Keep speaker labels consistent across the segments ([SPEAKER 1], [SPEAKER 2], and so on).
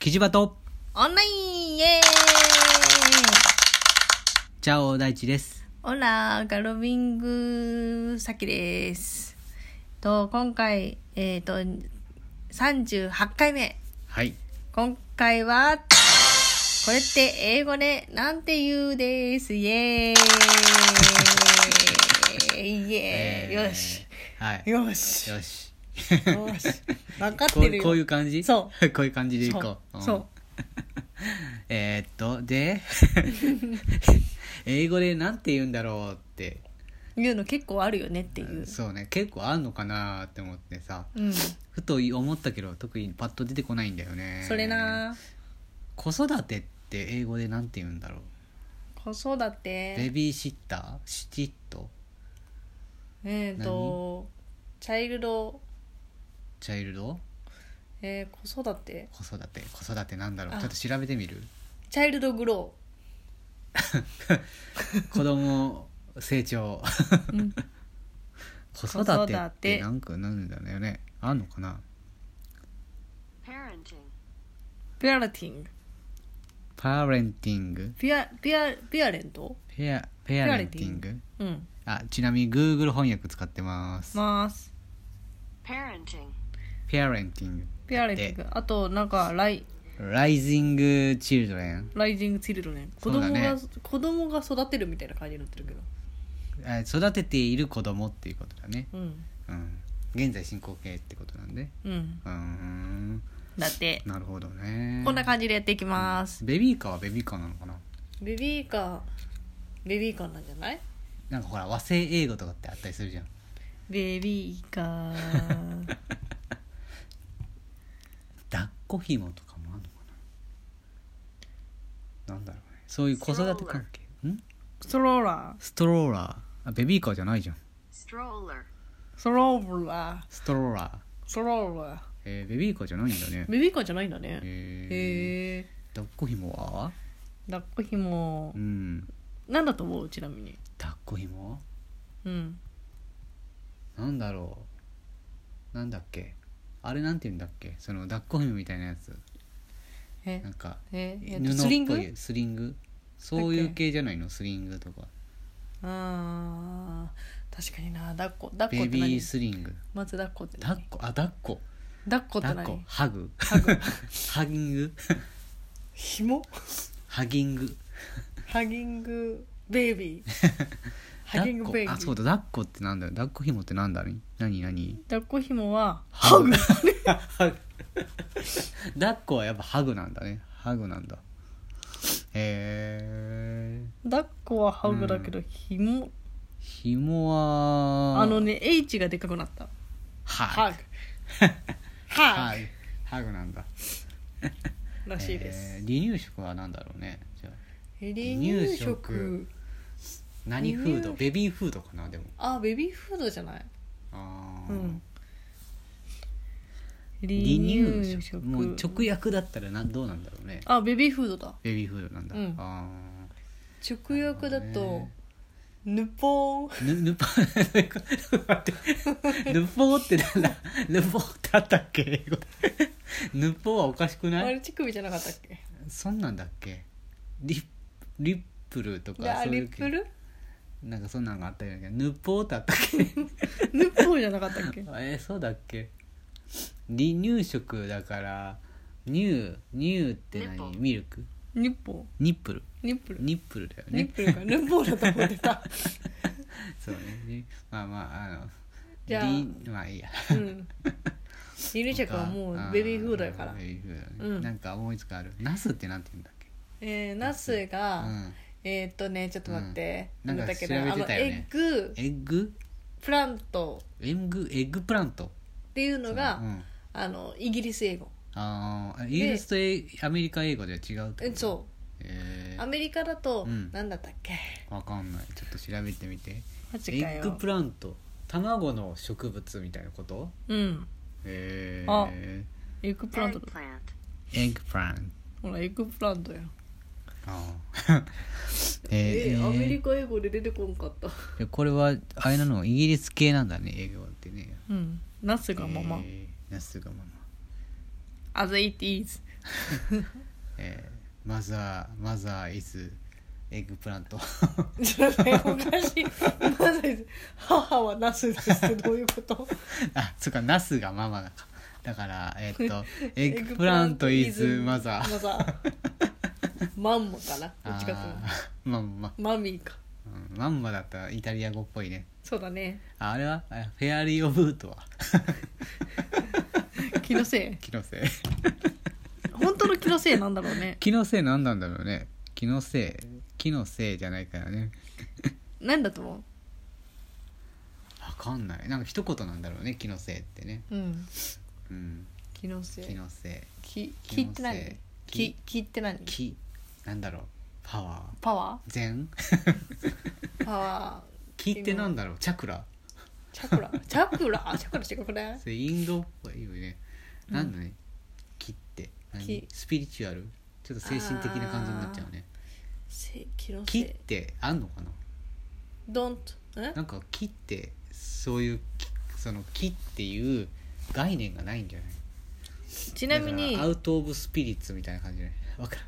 [SPEAKER 1] キジバト
[SPEAKER 2] オンラインイエーイ
[SPEAKER 1] チャオ大地です。
[SPEAKER 2] オラガロビングサキです。と今回えっ、と38回目。
[SPEAKER 1] はい。
[SPEAKER 2] 今回はこれって英語でなんて言うです。イエーイイエーイ、よし。
[SPEAKER 1] はい。
[SPEAKER 2] よし。よ
[SPEAKER 1] よし。
[SPEAKER 2] し。分かっ
[SPEAKER 1] こう
[SPEAKER 2] てるよ。
[SPEAKER 1] こういう感じ。
[SPEAKER 2] そう
[SPEAKER 1] こういう感じでいこう。ん
[SPEAKER 2] そうそう。
[SPEAKER 1] えーっと、 で、英語でなんて言うんだろうって。
[SPEAKER 2] 言うの結構あるよねっていう。
[SPEAKER 1] そうね。結構あんのかなって思ってさ。
[SPEAKER 2] うん。
[SPEAKER 1] ふと思ったけど、特にパッと出てこないんだよね。
[SPEAKER 2] それな。
[SPEAKER 1] 子育てって英語でなんて言うんだろう
[SPEAKER 2] 子育て。
[SPEAKER 1] ベビーシッターシチット
[SPEAKER 2] えー、とチャイルド、
[SPEAKER 1] チャイルド
[SPEAKER 2] えー、子育て
[SPEAKER 1] 子育て子育てなんだろう
[SPEAKER 2] あ
[SPEAKER 1] ちょっと調べてみる
[SPEAKER 2] チャイルドグロ
[SPEAKER 1] 子供成長
[SPEAKER 2] ー、うん、
[SPEAKER 1] 子育て
[SPEAKER 2] 子育
[SPEAKER 1] って
[SPEAKER 2] て
[SPEAKER 1] なんかなんだよねあんのかな
[SPEAKER 3] Parenting.
[SPEAKER 2] ピュアラティング
[SPEAKER 1] パーレンティング
[SPEAKER 2] ピアピアピアレント
[SPEAKER 1] ペアペアレンティング
[SPEAKER 2] うん
[SPEAKER 1] あちなみに Google 翻訳使ってます、
[SPEAKER 2] ます、
[SPEAKER 3] Parenting.
[SPEAKER 1] ペアレンティング
[SPEAKER 2] ピアレンティングあとなんかライ
[SPEAKER 1] ライジングチルドレン
[SPEAKER 2] ライジングチルドね子
[SPEAKER 1] そう
[SPEAKER 2] 供
[SPEAKER 1] だ
[SPEAKER 2] が、
[SPEAKER 1] ね
[SPEAKER 2] 子供が育てるみたいな感じになってるけど
[SPEAKER 1] 育てている子供っていうことだね
[SPEAKER 2] うん
[SPEAKER 1] うん現在進行形ってことなんで
[SPEAKER 2] うん
[SPEAKER 1] うーん
[SPEAKER 2] だって
[SPEAKER 1] なるほどね
[SPEAKER 2] こんな感じでやっていきます、
[SPEAKER 1] ベビーカーはベビーカーなのかな
[SPEAKER 2] ベビーカーベビーカーなんじゃない
[SPEAKER 1] なんかほら和製英語とかってあったりするじゃん
[SPEAKER 2] ベビーカ ー
[SPEAKER 1] 抱っこひもとかもあるのかななんだろうねそういう子育て関係ん
[SPEAKER 2] ストローラ
[SPEAKER 1] ストローラーあベビーカーじゃないじゃん
[SPEAKER 3] Stroller.
[SPEAKER 2] ーストローラー
[SPEAKER 1] ストローラー、
[SPEAKER 2] ストローラー
[SPEAKER 1] えーベビーカーじゃないんだね
[SPEAKER 2] ベビーカーじゃないんだね
[SPEAKER 1] えー、
[SPEAKER 2] へえ
[SPEAKER 1] 抱っこひもは
[SPEAKER 2] 抱っこひも
[SPEAKER 1] うん
[SPEAKER 2] なんだと思うちなみに
[SPEAKER 1] 抱っこひも
[SPEAKER 2] うん
[SPEAKER 1] なんだろうなんだっけあれなんて言うんだっけその抱っこひもみたいなやつ
[SPEAKER 2] え
[SPEAKER 1] なんか
[SPEAKER 2] ええっ
[SPEAKER 1] 布
[SPEAKER 2] と
[SPEAKER 1] っ
[SPEAKER 2] スリン
[SPEAKER 1] ぽ
[SPEAKER 2] グ
[SPEAKER 1] いスリングそういう系じゃないのスリングとか
[SPEAKER 2] あー確かにな抱っこ抱っこ
[SPEAKER 1] ベ
[SPEAKER 2] って
[SPEAKER 1] ビ
[SPEAKER 2] 何
[SPEAKER 1] ースリング
[SPEAKER 2] まず抱っこって
[SPEAKER 1] 抱っ
[SPEAKER 2] 何
[SPEAKER 1] こあ抱っこ
[SPEAKER 2] 抱っこって
[SPEAKER 1] 抱っこ
[SPEAKER 2] 何
[SPEAKER 1] ハグ ハギング
[SPEAKER 2] ひも
[SPEAKER 1] ハギング
[SPEAKER 2] ハギングベ イビーハ
[SPEAKER 1] 抱
[SPEAKER 2] ギ
[SPEAKER 1] っ
[SPEAKER 2] ング
[SPEAKER 1] こ
[SPEAKER 2] ベイビ
[SPEAKER 1] あそう
[SPEAKER 2] ー
[SPEAKER 1] だ抱っこってなんだよ抱っこひもってなんだね何何
[SPEAKER 2] 抱っこひもは
[SPEAKER 1] ハグハグ 抱っこはやっぱハグなんだねハグなんだへえ
[SPEAKER 2] 抱っこはハグだけどひも
[SPEAKER 1] ひもは
[SPEAKER 2] あのね H がでかくなった
[SPEAKER 1] ハ
[SPEAKER 2] ハ
[SPEAKER 1] グ
[SPEAKER 2] グハ
[SPEAKER 1] ハグハグなんだ
[SPEAKER 2] グらしいです
[SPEAKER 1] えー離乳食はなんだろうねじゃあ
[SPEAKER 2] 離
[SPEAKER 1] 乳
[SPEAKER 2] 乳
[SPEAKER 1] 食
[SPEAKER 2] 食
[SPEAKER 1] 何フード
[SPEAKER 2] 離乳
[SPEAKER 1] ベビーフードかなでも
[SPEAKER 2] あベビーフードじゃない
[SPEAKER 1] あー
[SPEAKER 2] うん
[SPEAKER 1] 離乳食もう直訳だったらなどうなんだろうね
[SPEAKER 2] あベビーフードだ
[SPEAKER 1] ベビーフードなんだ、
[SPEAKER 2] うん
[SPEAKER 1] あ
[SPEAKER 2] 直訳
[SPEAKER 1] な
[SPEAKER 2] だ
[SPEAKER 1] るほど
[SPEAKER 2] と
[SPEAKER 1] ね
[SPEAKER 2] ヌポーン
[SPEAKER 1] ーぬぬぽどういうこと待って ぬぽってなんだぬぽってあったっけ英語でぬぽはおかしく
[SPEAKER 2] あ
[SPEAKER 1] な
[SPEAKER 2] れ
[SPEAKER 1] い
[SPEAKER 2] 乳首じゃなかったっけ
[SPEAKER 1] そんなんだっけリッリップルと
[SPEAKER 2] で
[SPEAKER 1] か
[SPEAKER 2] あ
[SPEAKER 1] そうい
[SPEAKER 2] リ
[SPEAKER 1] う
[SPEAKER 2] ップル
[SPEAKER 1] なんかそんなんがあったよねぬぽってあったっけ
[SPEAKER 2] ヌポーじゃなかったっけ
[SPEAKER 1] えそうだっけ離乳食だから乳乳って
[SPEAKER 3] ヌポ
[SPEAKER 1] 何ミルク
[SPEAKER 2] ニッポ
[SPEAKER 1] ニップル
[SPEAKER 2] ーニップル
[SPEAKER 1] ニップルだよね
[SPEAKER 2] ニッ プルかヌポーだと思ってた
[SPEAKER 1] そうね。でまあまあ、あの。
[SPEAKER 2] じゃあ
[SPEAKER 1] りまあいいや。
[SPEAKER 2] うん離乳食はもうベビーフードやから
[SPEAKER 1] あベビーフードだね、
[SPEAKER 2] うん
[SPEAKER 1] なんか思いつかある。ナスってなんて言うんだっけ。
[SPEAKER 2] えーナスが
[SPEAKER 1] うん
[SPEAKER 2] えーっとねちょっと待って
[SPEAKER 1] うんなんか
[SPEAKER 2] だっけど
[SPEAKER 1] 調べ
[SPEAKER 2] あ
[SPEAKER 1] て
[SPEAKER 2] の
[SPEAKER 1] たよね
[SPEAKER 2] エッグ
[SPEAKER 1] エッグ。
[SPEAKER 2] プラント
[SPEAKER 1] エッグ、エッグプラント。
[SPEAKER 2] っていうのが
[SPEAKER 1] うん
[SPEAKER 2] あのイギリス英語
[SPEAKER 1] ああ、イギリスとえアメリカ英語では違うってこと。。
[SPEAKER 2] えそう
[SPEAKER 1] え
[SPEAKER 2] うアメリカだと
[SPEAKER 1] うん
[SPEAKER 2] 何だったっけ
[SPEAKER 1] ー、わかんない。ちょっと調べてみて。
[SPEAKER 2] マジ
[SPEAKER 1] エ
[SPEAKER 2] か
[SPEAKER 1] ッグ
[SPEAKER 2] よ
[SPEAKER 1] プラント。卵の植物みたいなこと。
[SPEAKER 2] うん
[SPEAKER 1] え
[SPEAKER 2] あ
[SPEAKER 1] ー、
[SPEAKER 2] エッグプラントだ
[SPEAKER 3] Eggplant.
[SPEAKER 1] エッグプラン
[SPEAKER 2] ほらエッグプラントや
[SPEAKER 1] ト。あ ーえー、
[SPEAKER 2] カ英語で出てこんかった
[SPEAKER 1] でこれはあれなのイギリス系なんだね英語ってね
[SPEAKER 2] うんナスがまま
[SPEAKER 1] えーナスがまま
[SPEAKER 2] as it is
[SPEAKER 1] えー、マザーマザーイズエッグプラント
[SPEAKER 2] おかしいなぜ母はナスですってどういうこと
[SPEAKER 1] あそっかナスがママだかだからえ ーっとエッグプラントイズマザー
[SPEAKER 2] マザーマンモかなどっちかっていう
[SPEAKER 1] あ
[SPEAKER 2] と
[SPEAKER 1] ーまんま、
[SPEAKER 2] マミーか
[SPEAKER 1] うん、まんまだったらイタリア語っぽいね
[SPEAKER 2] そうだね
[SPEAKER 1] ああれはあフェアリー・オブ・ートは
[SPEAKER 2] 気のせ
[SPEAKER 1] 気のせい
[SPEAKER 2] い本当の気のせいなんだろうね
[SPEAKER 1] 気のせい何なんだろうね気のせい気のせいじゃないからね
[SPEAKER 2] なんだと思
[SPEAKER 1] わかんないなんか一言なんだろうね気のせいってね
[SPEAKER 2] ううん
[SPEAKER 1] うん
[SPEAKER 2] 気のせ
[SPEAKER 1] 気
[SPEAKER 2] い
[SPEAKER 1] のせい
[SPEAKER 2] 気
[SPEAKER 1] 気
[SPEAKER 2] 気って
[SPEAKER 1] のせ
[SPEAKER 2] 何
[SPEAKER 1] い
[SPEAKER 2] 気気って何
[SPEAKER 1] 気なんだろうパワー
[SPEAKER 2] パワ
[SPEAKER 1] 禅
[SPEAKER 2] ーパワ
[SPEAKER 1] 気ってなんだろうチャクラ
[SPEAKER 2] ーチャクラチャクラチャクラ違くない
[SPEAKER 1] それインドっぽいよねなんだね、気って何
[SPEAKER 2] 気
[SPEAKER 1] スピリチュアルちょっと精神的な感じになっちゃうね
[SPEAKER 2] せ気のせ
[SPEAKER 1] 気っ
[SPEAKER 2] い
[SPEAKER 1] てあんのかな
[SPEAKER 2] ドンとん
[SPEAKER 1] なんか気ってそういう気その気っていう概念がないんじゃない
[SPEAKER 2] ちなみに
[SPEAKER 1] だからアウト・オブ・スピリッツみたいな感じじゃない分からん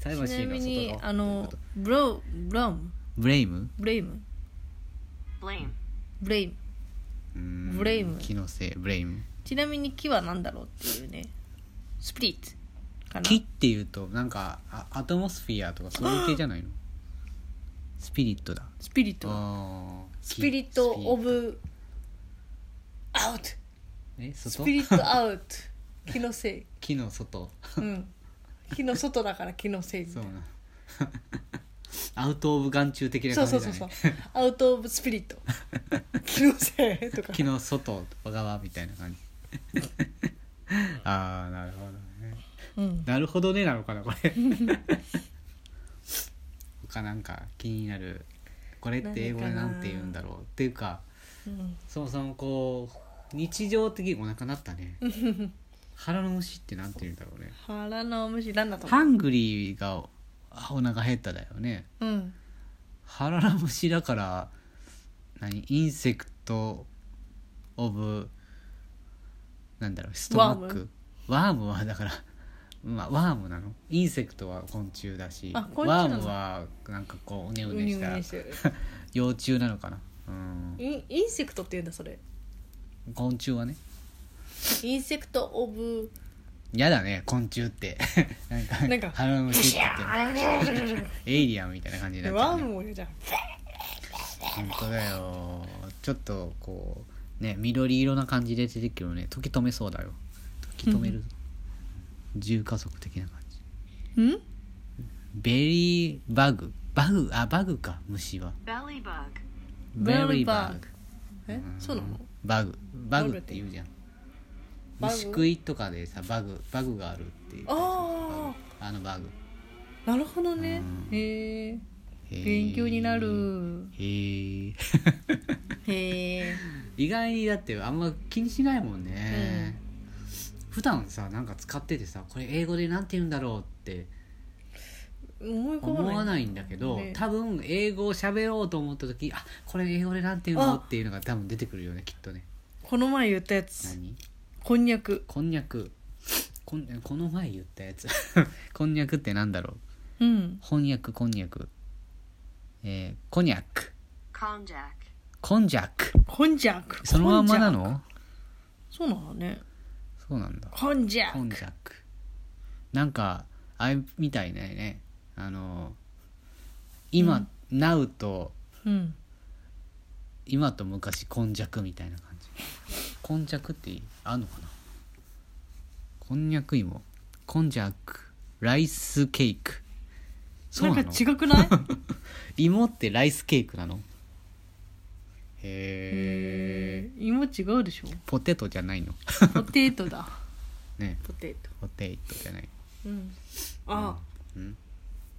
[SPEAKER 1] タイムマ
[SPEAKER 2] ち
[SPEAKER 1] シー
[SPEAKER 2] な
[SPEAKER 1] ンの
[SPEAKER 2] み
[SPEAKER 1] 外
[SPEAKER 2] に
[SPEAKER 1] 側
[SPEAKER 2] あ
[SPEAKER 1] どういう
[SPEAKER 2] の
[SPEAKER 1] こと
[SPEAKER 2] ブロブロム
[SPEAKER 1] ブレイム
[SPEAKER 2] ブレイム
[SPEAKER 3] Blame.
[SPEAKER 2] ブレイム
[SPEAKER 1] うーん
[SPEAKER 2] ブレイム
[SPEAKER 1] 気のせいブレイム
[SPEAKER 2] ちなみに木は何だろうっていうねスプリットかな
[SPEAKER 1] 木っていうとなんかあアトモスフィアとかそういう系じゃないのスピリットだ
[SPEAKER 2] スピリット
[SPEAKER 1] あー
[SPEAKER 2] スピリット
[SPEAKER 1] 木
[SPEAKER 2] オブアウト
[SPEAKER 1] え
[SPEAKER 2] ス
[SPEAKER 1] 外
[SPEAKER 2] ピリットアウト気のせ い
[SPEAKER 1] 木の外
[SPEAKER 2] うん木の外だから気のせいみた
[SPEAKER 1] そ
[SPEAKER 2] いうな
[SPEAKER 1] なアウト・オブ・眼中的な
[SPEAKER 2] そ
[SPEAKER 1] 感じ
[SPEAKER 2] う
[SPEAKER 1] だ
[SPEAKER 2] そう
[SPEAKER 1] ね
[SPEAKER 2] そうそうアウト・オブ・スピリッ ト気のせいとか
[SPEAKER 1] 木の外側みたいな感じああなるほどね
[SPEAKER 2] うん
[SPEAKER 1] なるほどねなのかなこれ 他なんか気になるこれって英語でなんて言うんだろうっていうか
[SPEAKER 2] うん
[SPEAKER 1] そもそもこう日常的お腹なった ね腹の虫ってなんて言うんだろうね
[SPEAKER 2] 腹の虫なんだと思
[SPEAKER 1] ハ
[SPEAKER 2] う
[SPEAKER 1] ングリーがおお腹減っただよね
[SPEAKER 2] うん
[SPEAKER 1] 腹の虫だから何インセクト・オブなんだろうストマックワームはだから、まあ、ワームなのインセクトは昆虫だし
[SPEAKER 2] あ昆虫な
[SPEAKER 1] ワ
[SPEAKER 2] の
[SPEAKER 1] ームはなんかこううねう
[SPEAKER 2] う
[SPEAKER 1] ね
[SPEAKER 2] に
[SPEAKER 1] し
[SPEAKER 2] う
[SPEAKER 1] た
[SPEAKER 2] にしてる
[SPEAKER 1] 幼虫なのかなうん
[SPEAKER 2] インインセクトって言うんだそれ
[SPEAKER 1] 昆虫はね
[SPEAKER 2] インセクト・オブ
[SPEAKER 1] 嫌だね昆虫って なんか
[SPEAKER 2] なんか
[SPEAKER 1] 腹の虫って言ってエイリアンみたいな感じになっちゃう、
[SPEAKER 2] ワー
[SPEAKER 1] ね、
[SPEAKER 2] ムもいるじゃん
[SPEAKER 1] 本当だよちょっとこうね緑色な感じで出てくるね時止めそうだよ時止める重加速的な感じ
[SPEAKER 2] うん
[SPEAKER 1] ベリーバグバグあバグか虫は
[SPEAKER 3] Belly bug.
[SPEAKER 2] ベリーバ
[SPEAKER 1] ベ
[SPEAKER 2] グ
[SPEAKER 1] リー
[SPEAKER 2] えそうなの
[SPEAKER 1] バグバグって言うじゃん
[SPEAKER 2] バグ
[SPEAKER 1] 虫食いとかでさバグバグがあるっていう
[SPEAKER 2] あ
[SPEAKER 1] あのバグ
[SPEAKER 2] あなるほどねへえ
[SPEAKER 1] へー
[SPEAKER 2] 勉強になる
[SPEAKER 1] へえ
[SPEAKER 2] へえ
[SPEAKER 1] 意外にだってあんま気にしないもんね、普段さなんか使っててさこれ英語でなんて言うんだろうって
[SPEAKER 2] 思い込
[SPEAKER 1] 思
[SPEAKER 2] ま
[SPEAKER 1] わ
[SPEAKER 2] な
[SPEAKER 1] な
[SPEAKER 2] い
[SPEAKER 1] いんだけど、
[SPEAKER 2] ね
[SPEAKER 1] 多分英語を喋ろうと思った時あこれ英語でなんて言うの
[SPEAKER 2] あ
[SPEAKER 1] っていうのが多分出てくるよねきっとね
[SPEAKER 2] この前言ったやつ
[SPEAKER 1] 何
[SPEAKER 2] こんにゃく
[SPEAKER 1] こんにゃくこんこの前言ったやつ こんにゃくってなんだろう
[SPEAKER 2] うん
[SPEAKER 1] 翻訳こんにゃくえー、こんにゃく
[SPEAKER 3] Konjac.
[SPEAKER 1] こんじゃく
[SPEAKER 2] こんじゃく
[SPEAKER 1] そのまんまな
[SPEAKER 2] こんじゃ
[SPEAKER 1] の
[SPEAKER 2] くそうなのね
[SPEAKER 1] そうなんだ
[SPEAKER 2] こんじゃ
[SPEAKER 1] コンジャックなんかあれみたいだよねあの今、ナウと
[SPEAKER 2] うん
[SPEAKER 1] 今と昔こんじゃくみたいな感じこんじゃくってあんのかなこんにゃく芋こんじゃくライスケークそう
[SPEAKER 2] な
[SPEAKER 1] なんの
[SPEAKER 2] か違くない
[SPEAKER 1] 芋ってライスケークなのへえ
[SPEAKER 2] えー芋違うで しょ
[SPEAKER 1] ポテトじゃないの
[SPEAKER 2] ポテトだ
[SPEAKER 1] ね
[SPEAKER 2] ポテト
[SPEAKER 1] ポテトじゃない
[SPEAKER 2] うんあ
[SPEAKER 1] うん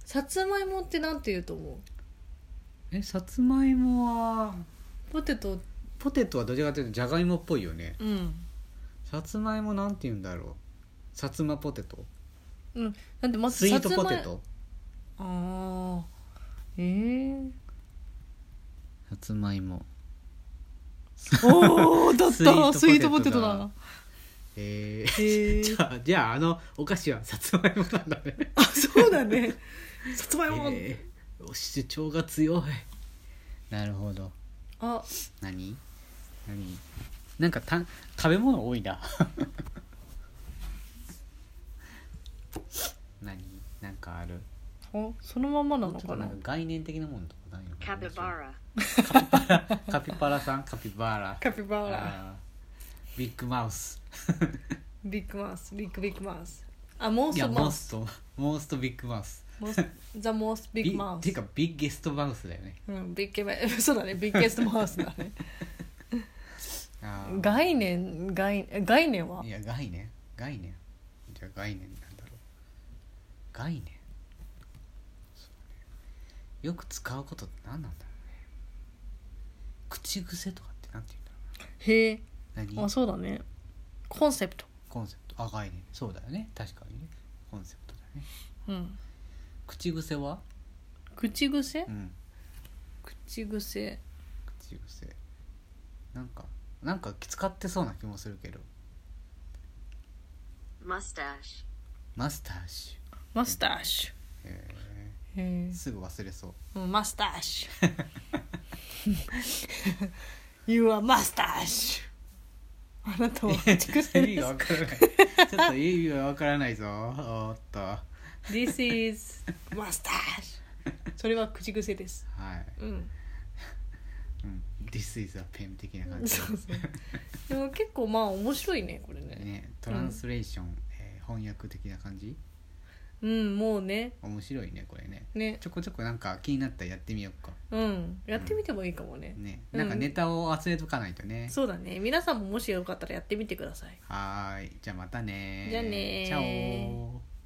[SPEAKER 2] さつまいもってなんて言うと思う
[SPEAKER 1] えさつまいもは
[SPEAKER 2] ポテト
[SPEAKER 1] ポテトはどちらかというとじゃがいもっぽいよね
[SPEAKER 2] うん
[SPEAKER 1] さつまいもなんて言うんだろうさつまポテト
[SPEAKER 2] うんだってまず
[SPEAKER 1] スイートポテ
[SPEAKER 2] さつまい
[SPEAKER 1] ト
[SPEAKER 2] ああえ ー、
[SPEAKER 1] さつまいも
[SPEAKER 2] おおだったス
[SPEAKER 1] スイ
[SPEAKER 2] イ
[SPEAKER 1] ー
[SPEAKER 2] ー
[SPEAKER 1] ト
[SPEAKER 2] ト
[SPEAKER 1] ポ
[SPEAKER 2] ポ
[SPEAKER 1] テ
[SPEAKER 2] テ
[SPEAKER 1] ト
[SPEAKER 2] ト
[SPEAKER 1] だ
[SPEAKER 2] だ
[SPEAKER 1] え
[SPEAKER 2] へ
[SPEAKER 1] ー、
[SPEAKER 2] ー
[SPEAKER 1] じゃあじゃああのお菓子は さつまいもなんだね
[SPEAKER 2] あそうだね さつまいも、
[SPEAKER 1] えー、お主張が強いなるほど
[SPEAKER 2] あ
[SPEAKER 1] 何何なんかた食べ物多いな 何なんかある
[SPEAKER 2] おそのままな
[SPEAKER 1] も
[SPEAKER 2] の
[SPEAKER 1] うちょっと
[SPEAKER 2] か
[SPEAKER 1] な
[SPEAKER 2] なん
[SPEAKER 1] か概念的なものとかないのかな
[SPEAKER 3] capybara,
[SPEAKER 1] カピバラさんカピバラ
[SPEAKER 2] カピバラ
[SPEAKER 1] あービッグマウス
[SPEAKER 2] ビッグマウスビッグビッグマウスあモー
[SPEAKER 1] い
[SPEAKER 2] ス
[SPEAKER 1] や
[SPEAKER 2] トマ
[SPEAKER 1] モ
[SPEAKER 2] ウ
[SPEAKER 1] ー
[SPEAKER 2] ス
[SPEAKER 1] ストモーストビッグマウス
[SPEAKER 2] モースザモースビッグマウ
[SPEAKER 1] て
[SPEAKER 2] ス
[SPEAKER 1] いうかビッゲストマウスだよね
[SPEAKER 2] うんビッグマウス そうだねビッグエストマウスだね
[SPEAKER 1] あー
[SPEAKER 2] 概念概概念はい
[SPEAKER 1] や概念概念じゃあ概念なんだろう概念そうねよく使うことって何なんだろうね口癖とかって何て
[SPEAKER 2] へえ
[SPEAKER 1] 言うんだろう
[SPEAKER 2] あ
[SPEAKER 1] 何
[SPEAKER 2] そうだねコンセプト
[SPEAKER 1] コンセプトあ概念そうだよね確かにねコンセプトだね
[SPEAKER 2] うん
[SPEAKER 1] 口癖は
[SPEAKER 2] 口癖、
[SPEAKER 1] うん
[SPEAKER 2] 口癖
[SPEAKER 1] 口癖なんかなんか使ってそうな気もするけど
[SPEAKER 3] mustache,
[SPEAKER 1] マスターシ
[SPEAKER 2] マスターシ
[SPEAKER 1] ュへ
[SPEAKER 2] ュへ
[SPEAKER 1] ーすぐ忘れ そう
[SPEAKER 2] えマスターシュ You are マスターシュあなたは口癖
[SPEAKER 1] 意味
[SPEAKER 2] で
[SPEAKER 1] がわ
[SPEAKER 2] す
[SPEAKER 1] からないちょっと意味がわからないぞおーっとは
[SPEAKER 2] This is マスターシュそれは口癖です
[SPEAKER 1] い
[SPEAKER 2] うん
[SPEAKER 1] うん「This is a pen」的な感じ
[SPEAKER 2] そうそうでも結構まあ面白いねこれね
[SPEAKER 1] ねトランスレーション、えー翻訳的な感じ
[SPEAKER 2] うんもうね
[SPEAKER 1] 面白いねこれね
[SPEAKER 2] ね
[SPEAKER 1] ちょこちょこなんか気になったらやってみようか
[SPEAKER 2] うんやってみてもいいかもね、
[SPEAKER 1] ね
[SPEAKER 2] うん
[SPEAKER 1] なんかネタを集めとかないとね、
[SPEAKER 2] そうだね皆さんももしよかったらやってみてください
[SPEAKER 1] はーいじゃあまたね
[SPEAKER 2] じゃあねー
[SPEAKER 1] チャオー